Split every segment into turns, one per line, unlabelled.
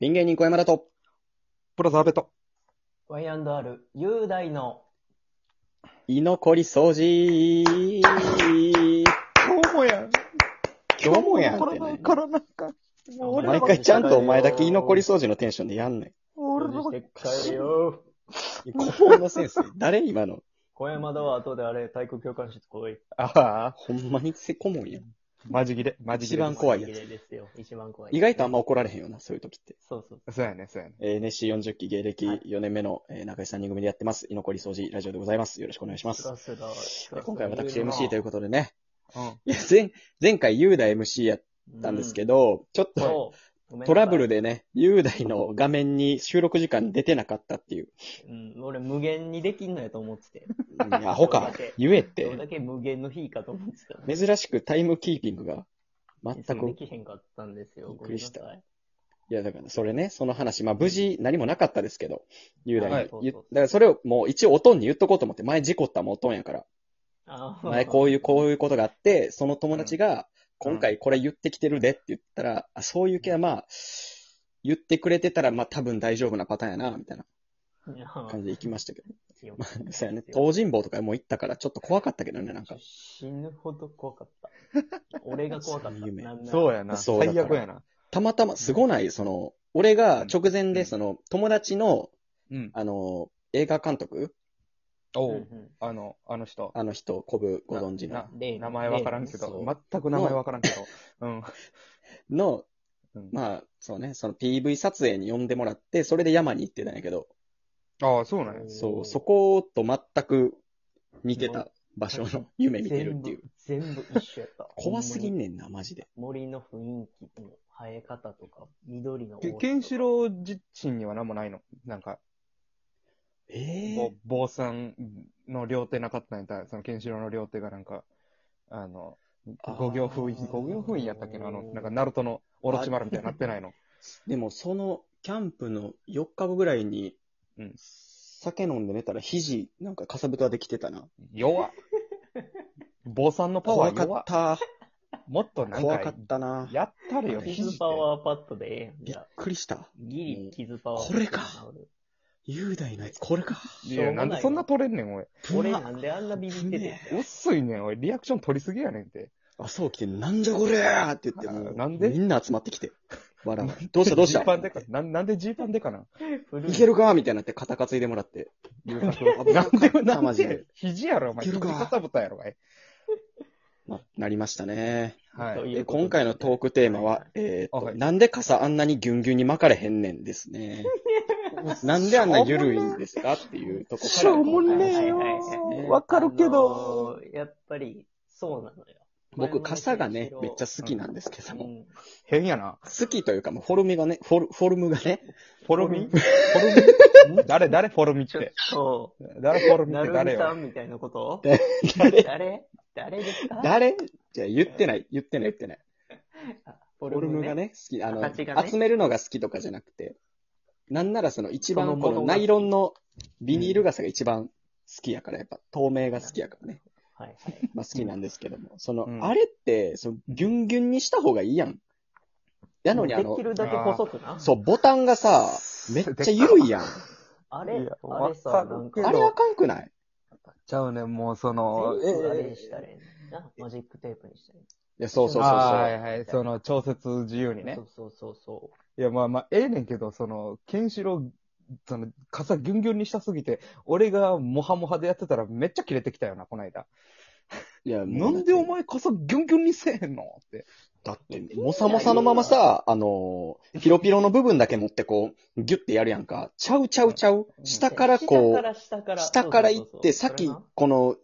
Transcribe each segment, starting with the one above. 人間に小山だと。
プラザーベト。
Y&R 雄大の
居残り掃除
今日もやん。
今日もやん
これなんからなんか。もう俺ら
毎
ばっ
回ちゃんとお前だけ居残り掃除のテンションでやんない。
俺らばっ
して帰るよ。
高校の先生、 誰今の。
小山田は後であれ、体育教官室来い。
ああ、
ほんまにせこもんやん。
マジギレ、マジギレ。
一番怖いやつ
一番ですよ。一番怖い。
意外とあんま怒られへんよな、そういう時って。
そうそう。
そうやね、そうやね。
えー、NSC40 期芸歴4年目の、えー中井さん人組でやってます。居残り掃除ラジオでございます。よろしくお願いします。
スラスラスラスラ
今回私 MC ということでね。
うん。
いや、前、前回雄大 MC やったんですけど、ちょっ
うん
と
そうごめんなさ
ト
い
ラブルでね、雄大の画面に収録時間出てなかったっていう。
うん、俺無限にできんのやと思ってて。
うんアホか。言えっ
どれ
て。
だけ無限の日かと思ってたの。
珍しくタイムキーピングが全
いつもで
く。
きへんかったんですよ。
びっくりした
ごめんなさ
い
い
や、だからそれね、その話、まあ無事何もなかったですけど、雄大に。
はい
ゆだからそれをもう一応おとんに言っとこうと思って、前事故った もんおとんやから。
あー
前 こういう、こういうことがあって、その友達が、今回これ言ってきてるでって言ったら、あそういう系はまあ、言ってくれてたら、まあ多分大丈夫なパターンやな、みたいな感じで行きましたけど。
いや
まあ、そうやね。東尋坊とかも行ったから、ちょっと怖かったけどね、なんか。
死ぬほど怖かった。俺が怖かった。
そういう夢
なんなら
そうやな。
そうだ
最
から
悪やな。
たまたま、すごない、その、俺が直前で、その、友達の、
うん。
あの、映画監督
お
うん
う。あの、あの人。
あの人、コブ、ご存知の、
な
うん
名前わからんけ
そ
ど
う、
全く名前わからんけど。うん。
の、
うん
まあ、そうね、その PV 撮影に呼んでもらって、それで山に行ってたんやけど、
ああ、そうなんや。
そ
おー
う、そこと全く似てた場所の夢見てるっていう。
全部全部一緒やった。
怖すぎん
ね。
ねんな、マジで。
森の雰囲気の生え方とか、緑の多さ
け
とか。
ケンシロウ自身には何もないのなんか、
え
ぼ坊さんの両手なかったんやったら、そのケンシロウの両手がなんか、あの、
あー
五行封印、五行封印やったっけなあの、なんか、ナルトのオロチマルみたいになってないの。
でも、その、キャンプの4日後ぐらいに、
うん
酒飲んで寝たら肘、なんかかさぶたできてたな。
弱っ。坊さんのパ
怖
ワー
か
弱
っ。
ったもっとなん
怖か
か
っ、たな。
やったるよ、肘
傷
で
パワーパッドでええやん。
び
じ
っ
ゃあ
くりした。
ギリ傷パワー
これか雄大のやつ、これか。
いや、なんでそんな取れんねん、おい。
俺なんであんなビビって
危
て
ね。
薄いねん、おい。リアクション取りすぎやねんって。
朝起きて、なんじゃこりゃーって言って、もう、
なんで
みんな集まってきて。笑う。 どうしたどうし
ジ
た
ーパンでか、なんなんでジーパンでかな。
古
いけるかみたいになって、肩担いでもらって。
なん
危 なか
で
っ、た、
な
マ
ん
ジで
で。、肘やろ、お前。
いけ
肘
るか
かさぶたやろ、おい。
まなりましたね。
は
と
い。
い
で
うことで
今回のトークテーマ
はい
は
はい、
えーっと、
はい
なんで傘あんなにギュンギュンに巻かれへんねんです ね。なんであんな緩いんですかっていうとこから。
しょうも
ね
ね
え
えよ
よ
ー。
わかるけ
あ
ど。
のーやっぱり、そうなのよ。
僕、傘がね、めっちゃ
好
好きなんですけども、
変やな。
好きというか、もうフォルムがね、フォル、フォルムがね、
フォルミフォルミ誰、誰フォルミっ。
ちょってと、
誰フォルミっ
な
て
る
誰
みさ
よ。
んみたいなこと
誰、
誰誰ですか
誰じゃあ言ってない、言ってない、言ってない。
フ
フォルムが。ね、好き。あの、
形がね
集めるのが好きとかじゃなくて、なんならその一
その
番、
も
こ
のが
のナイロンのビニール傘が一番好きやから、やっぱ透明が好きやからね。
はいはい。
まあ好きなんですけども、その、
うん
あれって、その、ギュンギュンにした方がいいやん。やのにあ
で
の
き、るだけ細くな。
そう、ボタンがさ、めっちゃ緩いや ん。
あ
い
れ
や、
あれ
わ
さ、
か
な
る
ん
け
か、
ど
あれあかんくない
ちゃうねん、もうその、
全部あれにしたらええねんな。マジックテープにしたらえ
いや、そうそうそう
あー
そ
は
う。
いはい。その、調節自由に
えねん
ね
そ。うそうそうそ
いや、まあまあ、ええねんけど、その、ケンシロウ、その、傘ギュンギュンにしたすぎて、俺がモハモハでやってたらめっちゃキレてきたよな、この間。
いや、もう
な
ん
でお前傘ギュンギュンにせえへんのって。
だって、もさもさのままさ、あのー、ピロピロの部分だけ持ってこう、ギュッてやるやんか。ちゃうちゃうちゃう。
うん
う。
下からこう、
下から、
下から行って、さ
そう
っ
そ
き
うそう、
この、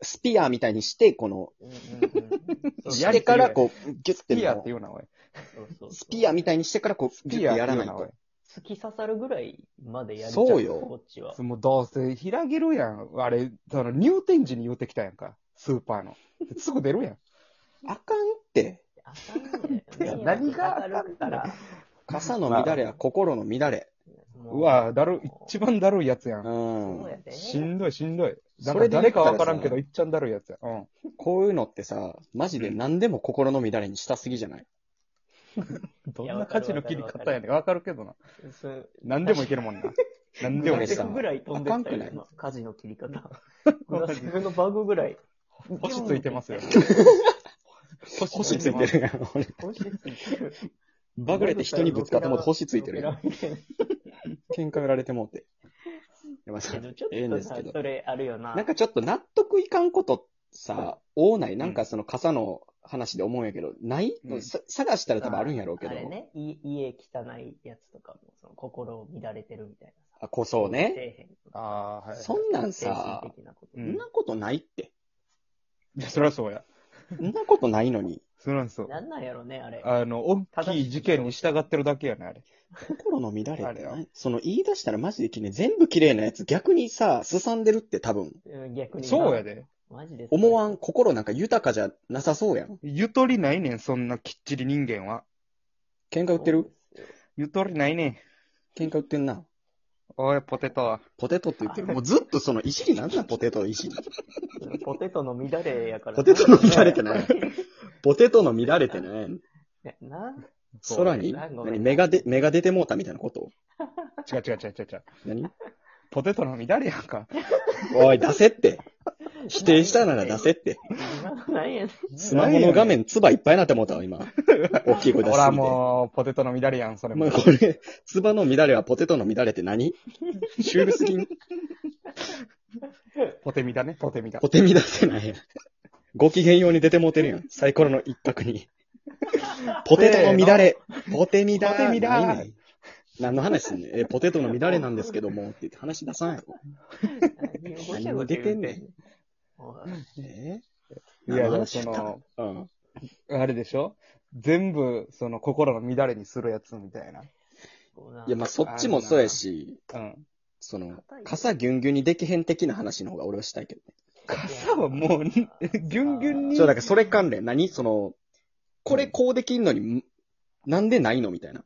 スピアみたいにして、この、
それなうんうんうん そ
して
う
やりすぎ
から、こう、ギュッ
ス
て
ピアって
も
言うな、おい。
そうそうそう
う、スピアみたいにしてから、こ
ス
う、ギュッ
ピ
て
ア
やらない
って言う
と。
突き刺さるぐらいまでやりちゃ
そうよ
こっちは
おい。。もうどうせ開けるやん。あれ、その、入店時に言うてきたやんか。スーパーの。すぐ 出るやん。
あかんって。
あかんね
いや何が
当たるから。
傘の乱れは心の乱れ。
も
うわだる、一
番。
番だるいやつや。
うん。
そうんやで
しんどい、しんどい。なん
そ
か
れで言
誰
った
から
さ
わからんけど、いっちゃんだるいやつや。うん。
こういうのってさ、マジで何でも心の乱れにしたすぎじゃない
どんな価値の切り方やねん。わかるけどな。
それ
何でもいける もんな。何でも
俺
いけ
さ
る
700。ぐらい飛んでった
あかんく
よ、火事の切 り方。自分のバグぐらい。
星ついてますよ。
星ついてるやん、俺。
星ついてる。
バグれて人にぶつかってもうて星ついてるやん。
ロケラみ
喧嘩売られてもうて。でも
た
さ
いなちょ
ええん
っと
です
さ
け、ど
そ。れあるよな。
なんかちょっと納得いかんことさ、多ない。なんかその傘の話で思うんやけど、ない、
うん
さ探したら多分あるんやろうけど。
あれね、い家汚いやつとかも、その心乱れてるみたいなさ。
あ、こそうね。
底辺とか
ああ、はい。
そんなん
精
さ
神、的なこと
う
そ
ん
んなことないって。
いや、そりゃそうや。
そんなことないのに。
そりゃそう。
なんなんやろね、あれ。
あの、大きい事件に従ってるだけやね、あれ。
心の乱れ
あ
っ
れ
て
よ
ね。その言い出したらマジで綺麗。全部綺麗なやつ逆にさ、すさんでるって多分。
うん逆に。
そうや。で。
マジで。
思わん。心なんか豊かじゃなさそうやん。
ゆとりないねん、そんなきっちり人間は。
喧嘩売ってる
ゆとりないねん。
喧嘩売ってんな。
おい、ポテト。
ポテトって言ってる。もうずっとその石になんなんポテトの石に。
ポテトの乱れやから。
ポテトの乱れてない。ポテトの乱れてね。
ねなん
そう
空に
何ごめん
何目がで、目が出てもうたみたいなこと
違う違う違う違う違う。
何
ポテトの乱れやんか。
おい、出せって。否定したなら出せって。
今のなんやねん。
スマホの画面、唾いっぱいなって思ったわ、今。大きい声出しすぎ
ほ
て。
ら、もう、ポテトの乱れやん、それ
ま
も
あ、。これ、唾の乱れはポテトの乱れって何シュールすぎん
ポテミだね、ポテミだ
ポ。テ見出せないやん。ご機嫌用に出てもうてるやん。サイコロの一角に。ポテトの乱れ。ポテ乱
ポテ
れ。
乱れ
ないね何の話すんねんえ、ポテトの乱れなんですけども、って言って話出さないろ。
何をごちゃごちゃ言ってんねん。おい
え
いや、
何
だから
話
そ
した
の、
うん。
あれでしょ全部、その、心の乱れにするやつみたいな。
こうない
や、まあ、そっちもそうやし、
うん。
その
硬い、
傘ギュンギュンにできへん的な話の方が俺はしたいけどね。
傘はもう、ギュンギュンに
そう、だからそれ関連、何その、これこうできんのに、んなんでないのみたいな。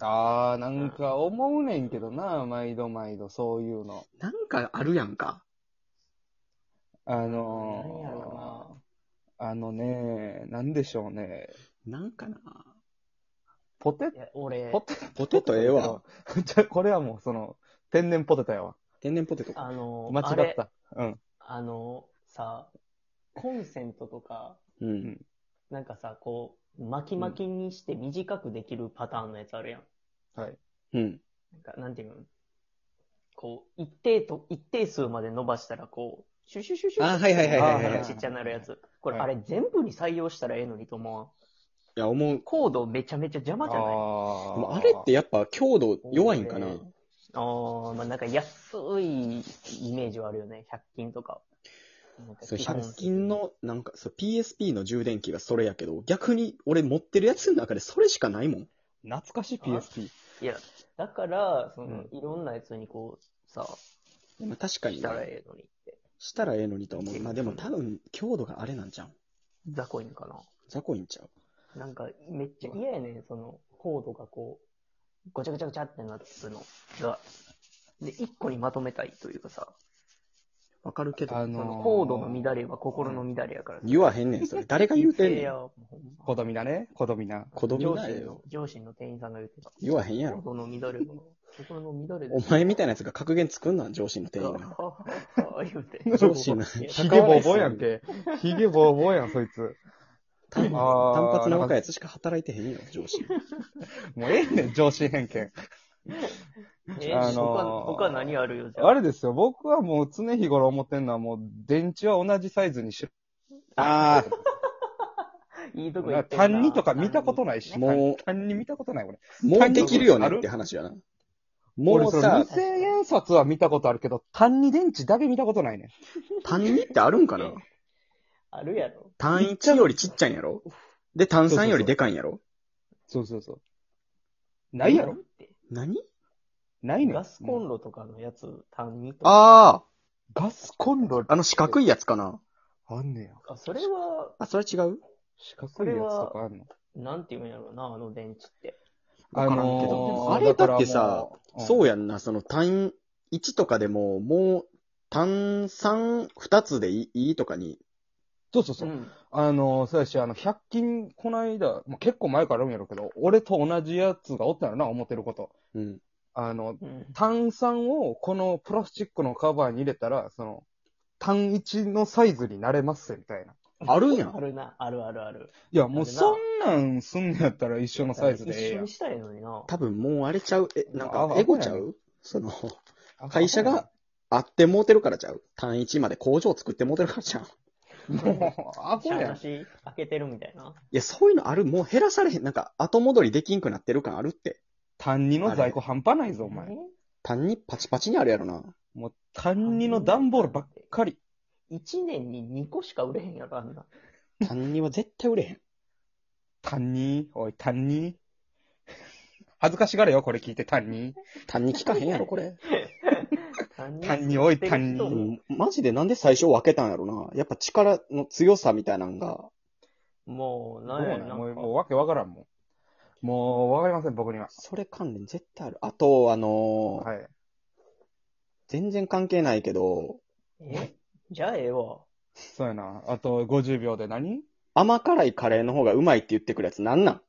あー、なんか思うねんけどな、毎度毎度、そういうの。
なんかあるやんか。
あ
なんや
の
ろ
ー、あのね、なんでしょうね。
なんかな。
ポテ
い、や、俺、
ポテ
ポテトええわ。。
じゃ、これはもう、その、天然ポテトやわ。
天然ポテトか。
あの、
間
あ
違っ
れ
た。うん。
あの、さ、コンセントとか、
うん。
なんかさ、こう、巻き巻きにして短くできるパターンのやつあるやん。
はい。
うん。
なんか、なんていうのこう、一定と、一定数まで伸ばしたら、こう、シュシュシュシュ
あはいはいはい
はいはい
なんかちっちゃなるやつ。これ、
はい
あれ全部に採用したらええのにと思わん。
いや、思う。
コードめちゃめちゃ邪魔じゃない
で
あ
もあれってやっぱ強度弱いんかな。
俺ああ、まあなんか安いイメージはあるよね。100均とか。なんか
そう、
基本
100均。の、なんか、そう、PSP の充電器がそれやけど、逆に俺持ってるやつの中でそれしかないもん。
懐かしい
あ
PSP。
いや、だから、その、
う
いろんなやつにこう、さ、
まあ、確かに
し
な
たらええのにって。
したらええのにとは思う。まあでも多分、強度があれなんじゃん。
ザコインかな。
雑魚いんちゃう。
なんか、めっちゃ嫌やねん、その、コードがこう、ごちゃごちゃごちゃってなってるのが、で、一個にまとめたいというかさ、
わかるけど。
あ
そ
の
の
ー、
コードの乱れは心の乱れやから さ。
言わへんねん、それ。誰が言うてんね
いや
ん。
もうほんま
子供だね、子供な。
子供
上
だ
司
よ
の。、上司の店員さんが言うてた。
言わへんやろ。
心の乱れが、心の乱れ
お前みたいなやつが格言作んなん、上司の店員が。
が。言うて。
上司の、
ヒゲボーボーやんけ。ヒゲボーボーやん、そいつ。
単
あー
単発な若いやつしか働いてへんよ、上司。
もうええねん、上司偏見。
え
あのー
他他何あるよ、じゃあ。
あれですよ、僕はもう常日頃思ってんのは、もう電池は同じサイズにし
あ
いいとこ行
ろ。
ってんな
単にとか見たことないし、
単二ね
単に見たことない、俺。
あ、もうできるよねって話やな。も
俺、
う
そ
さ
の、2000円札は見たことあるけど、単に電池だけ見たことないね
単2ってあるんかな
あるやろ。
単1よりちっちゃいんやろで、単3よりでかいんやろ
そうそうそう。ないやろ
って
何
ないねん
ガスコンロとかのやつ、単にと
あ
か。
ガスコンロ
あ、あの四角いやつかな
あんねや。
あ、それは、
あ、それ違う
四角いやつとかあんの
なんていうんやろうな、あの電池って。
わからんけど
の
あれだってさ、そう
や。
やんな、その単1とかでも、もう単3、2つでいいいいとかに
そうそうそう。
ん。
あの、そうやし、あの、100均、この間、まあ、結構前からあるんやろうけど、俺と同じやつがおったよな、思ってること。
うん。
あの、
うん。
炭酸をこのプラスチックのカバーに入れたら、その、単一のサイズになれますみたいな。
あるんや
あ
ん。
るな、あるあるある。
いや、も
あ
う
るな
そんなんすんのやったら一緒のサイズでえ
一
え
緒
やん
に。したいのにな。
多分もうあれちゃう。え、なん
ああ
か
あ、
エゴちゃうその、
あ
会社が、あってもうてるからちゃう。単一まで工場作ってもうてるからちゃう。
もう、アホ
シャ
や
ー
ん。
シ開けてるみたいな。
いや、そういうのある。もう減らされへん。なんか、後戻りできんくなってる感あるって。
単二の在庫半端ないぞ、お前。
単にパチパチにあるやろな。
もう、単二の段ボールばっかり。
一年に2個しか売れへんやろ、あんな。
単には絶対売れへん。
単二、おい、単二。恥ずかしがれよ、これ聞いて、単二。
単に聞かへんやろ、これ。
単
単二、おい、単
う
二。
んマジでなんで最初分けたんやろな。やっぱ力の強さみたいなのが、
もう、
ど
な
うん
や
な
ろ
ん
な
もう、
んか
もう、わけわからんもん。もう、わかりません、僕には。
それ関連絶対ある。あと、あのー
はい。
全然関係ないけど、
えじゃあええわ。
そうやな。あと50秒で何
甘辛いカレーの方がうまいって言ってくるやつなん なん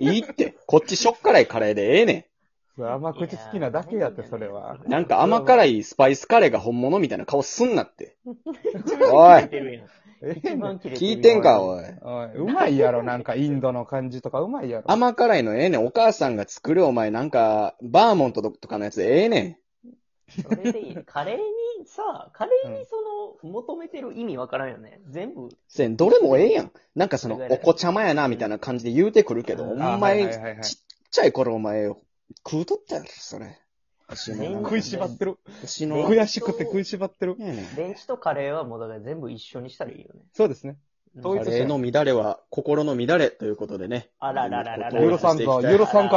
いいって。こっちしょっ辛いカレーでええね
甘口好きなだけやって、それは。
ん。なんか甘辛
い。
いスパイスカレーが本物みたいな顔すんなって。お
切れ
い
てるやん
ええ
一
ねん
番切れてるや
聞いてんか、
お
お
い
い。
おい、うまいやろ、なんかインドの感じとかうまいやろ。
甘辛いのええねん。お母さんが作るお前なんか、バーモントとかのやつええねん。
それでいい。カレーにさ、カレーにその、求めてる意味わからんよね。全部。
せん、どれもええやん。なんかその
それ、ぐら
お
い
子ちゃまやな、みたいな感じで言うてくるけど、
うん
お
あ
前、
はいはいはいはい
ちっちゃい頃お前、食うとったやろ、それ。牛
全
の、
然
食いしばってる。
牛の、
悔しくて食いしばってる。
ねえね
電池とカレーはもうだから全部一緒にしたらいいよね。
そうですね。
え
統一
カレーの乱れは心の乱れということでね。
あららららら
ユーロさん
と
か、ユーロさんか。